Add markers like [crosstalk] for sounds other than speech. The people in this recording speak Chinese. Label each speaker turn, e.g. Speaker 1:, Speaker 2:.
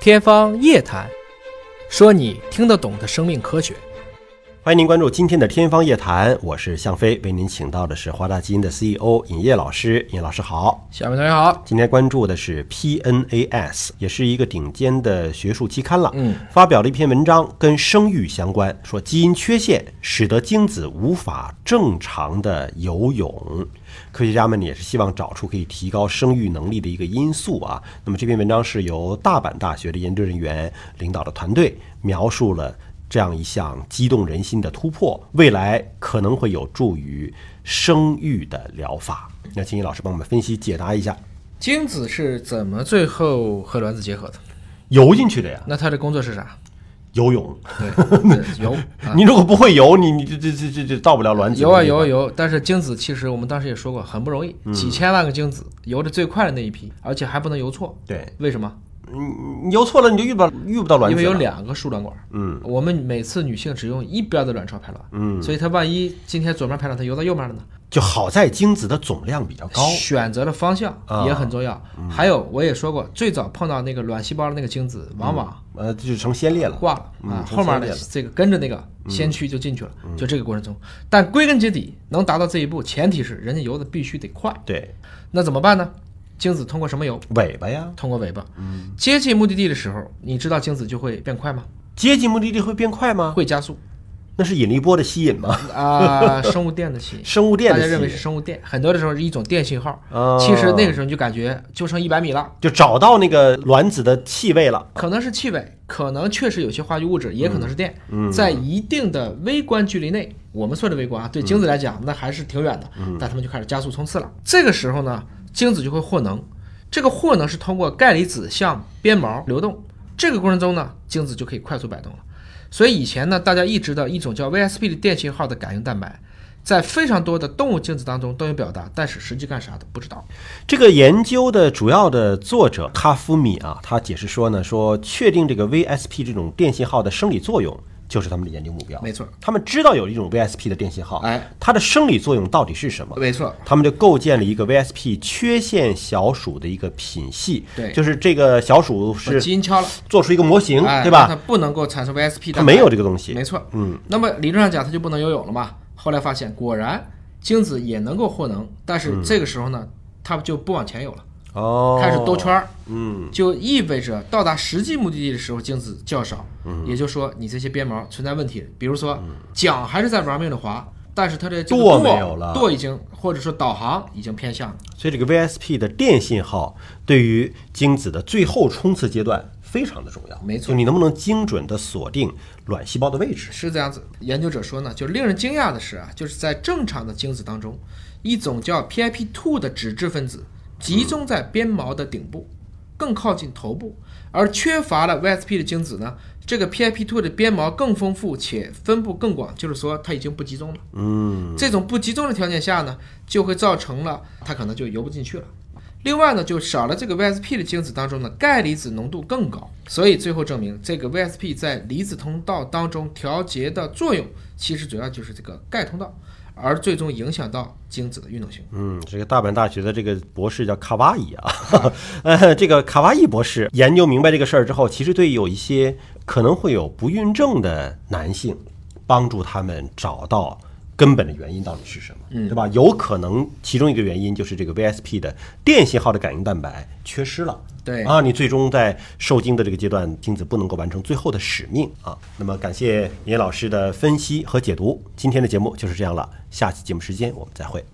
Speaker 1: 天方夜谭，说你听得懂的生命科学。
Speaker 2: 欢迎您关注今天的《天方夜谭》，我是向飞，为您请到的是华大基因的 CEO 尹烨老师。尹老师好，
Speaker 1: 小明同学好，
Speaker 2: 今天关注的是 PNAS，也是一个顶尖的学术期刊了。嗯，发表了一篇文章，跟生育相关，说基因缺陷使得精子无法正常的游泳。科学家们也是希望找出可以提高生育能力的一个因素啊。那么这篇文章是由大阪大学的研究人员领导的团队描述了。这样一项激动人心的突破，未来可能会有助于生育的疗法。那请尹老师帮我们分析解答一下，
Speaker 1: 精子是怎么最后和卵子结合的？
Speaker 2: 游进去的呀，
Speaker 1: 那它的工作是啥？
Speaker 2: 游泳。
Speaker 1: 对， [laughs] 对游啊，
Speaker 2: 你如果不会游，你你这这这这这到不了卵子。
Speaker 1: 游啊游啊。游。但是精子其实我们当时也说过，很不容易，
Speaker 2: 嗯
Speaker 1: 几千万个精子游的最快的那一批，而且还不能游错。
Speaker 2: 对，
Speaker 1: 为什么？
Speaker 2: 你你游错了，你就遇不到遇不到卵
Speaker 1: 因
Speaker 2: 子了。
Speaker 1: 为有两个输卵管。
Speaker 2: 嗯，
Speaker 1: 我们每次女性只用一边的卵巢排卵，
Speaker 2: 嗯，
Speaker 1: 所以她万一今天左面排卵，她游到右面了呢？
Speaker 2: 就好在精子的总量比较高。啊嗯
Speaker 1: 选择的方向也很重要。还有我也说过，最早碰到那个卵细胞的那个精子，往往
Speaker 2: 呃，就成先烈了。
Speaker 1: 挂了、
Speaker 2: 嗯
Speaker 1: 啊，
Speaker 2: 成
Speaker 1: 后面
Speaker 2: 先烈
Speaker 1: 的
Speaker 2: 了嗯
Speaker 1: 这个跟着那个先驱就进去了，就这个过程中。但归根结底，能达到这一步，前提是人家游的必须得快。
Speaker 2: 对，
Speaker 1: 那怎么办呢？精子通过什么游？
Speaker 2: 尾巴呀，
Speaker 1: 通过尾巴。
Speaker 2: 嗯
Speaker 1: 接近目的地的时候，你知道精子就会变快吗？
Speaker 2: 接近目的地会变快吗？
Speaker 1: 会加速
Speaker 2: 那是引力波的吸引吗？
Speaker 1: 啊、
Speaker 2: [laughs]
Speaker 1: 生物电的吸引。
Speaker 2: 生物电
Speaker 1: 大
Speaker 2: 的
Speaker 1: 家
Speaker 2: 吸引。
Speaker 1: 认为是生物电，很多的时候是一种电信号。
Speaker 2: 哦
Speaker 1: 其实那个时候你就感觉就剩一百米了，
Speaker 2: 就找到那个卵子的气味了。
Speaker 1: 可能是气味，可能确实有些化学物质，也可能是电。在一定的微观距离内，我们算的微观啊，对精子来讲，那还是挺远的。嗯但他们就开始加速冲刺了。这个时候呢，精子就会获能，这个获能是通过钙离子向鞭毛流动。这个过程中呢，精子就可以快速摆动了。所以以前呢，大家一直的一种叫 VSP 的电信号的感应蛋白，在非常多的动物精子当中都有表达，但是实际干啥的不知道。
Speaker 2: 这个研究的主要的作者卡夫米啊，他解释说呢，说确定这个 VSP 这种电信号的生理作用，就是他们的研究目标。
Speaker 1: 没错，
Speaker 2: 他们知道有一种 VSP 的电信号，
Speaker 1: 哎，
Speaker 2: 它的生理作用到底是什么？
Speaker 1: 没错，
Speaker 2: 他们就构建了一个 VSP 缺陷小鼠的一个品系，
Speaker 1: 对
Speaker 2: 就是这个小鼠
Speaker 1: 把
Speaker 2: 是
Speaker 1: 基因敲了。
Speaker 2: 做出一个模型，
Speaker 1: 哎
Speaker 2: 对
Speaker 1: 让它
Speaker 2: 吧？
Speaker 1: 不能够产生 VSP，
Speaker 2: 它没有这个东西
Speaker 1: 没错，
Speaker 2: 嗯。
Speaker 1: 那么理论上讲，它就不能游泳了嘛。后来发现，果然精子也能够获能，但是这个时候呢，它就不往前游了，
Speaker 2: 嗯哦，
Speaker 1: 开始兜圈儿，
Speaker 2: 嗯，
Speaker 1: 就意味着到达实际目的地的时候，精子较少。
Speaker 2: 嗯
Speaker 1: 也就是说，你这些鞭毛存在问题，比如说桨还是在玩命的划，但是它的这个舵
Speaker 2: 舵嗯没有了
Speaker 1: 舵已经或者说导航已经偏向了。
Speaker 2: 所以这个 VSP 的电信号对于精子的最后冲刺阶段非常的重要。
Speaker 1: 没错
Speaker 2: 就你能不能精准的锁定卵细胞的位置？
Speaker 1: 是这样子。研究者说呢，就令人惊讶的是啊，就是在正常的精子当中，一种叫 PIP2 的脂质分子集中在鞭毛的顶部，更靠近头部，而缺乏了 VSP 的精子呢，这个 PIP2 的鞭毛更丰富且分布更广，就是说它已经不集中了。嗯，这种不集中的条件下呢，就会造成了它可能就游不进去了。另外呢，就少了这个 VSP 的精子当中呢，钙离子浓度更高，所以最后证明这个 VSP 在离子通道当中调节的作用，其实主要就是这个钙通道，而最终影响到精子的运动性。
Speaker 2: 嗯，这个大阪大学的这个博士叫卡哇伊啊， [laughs] 呃，这个卡哇伊博士研究明白这个事儿之后，其实对有一些可能会有不孕症的男性，帮助他们找到根本的原因到底是什么，对吧？有可能其中一个原因就是这个 VSP 的电信号的感应蛋白缺失了。
Speaker 1: 对
Speaker 2: 啊，你最终在受精的这个阶段，精子不能够完成最后的使命啊。那么感谢尹老师的分析和解读，今天的节目就是这样了，下期节目时间我们再会。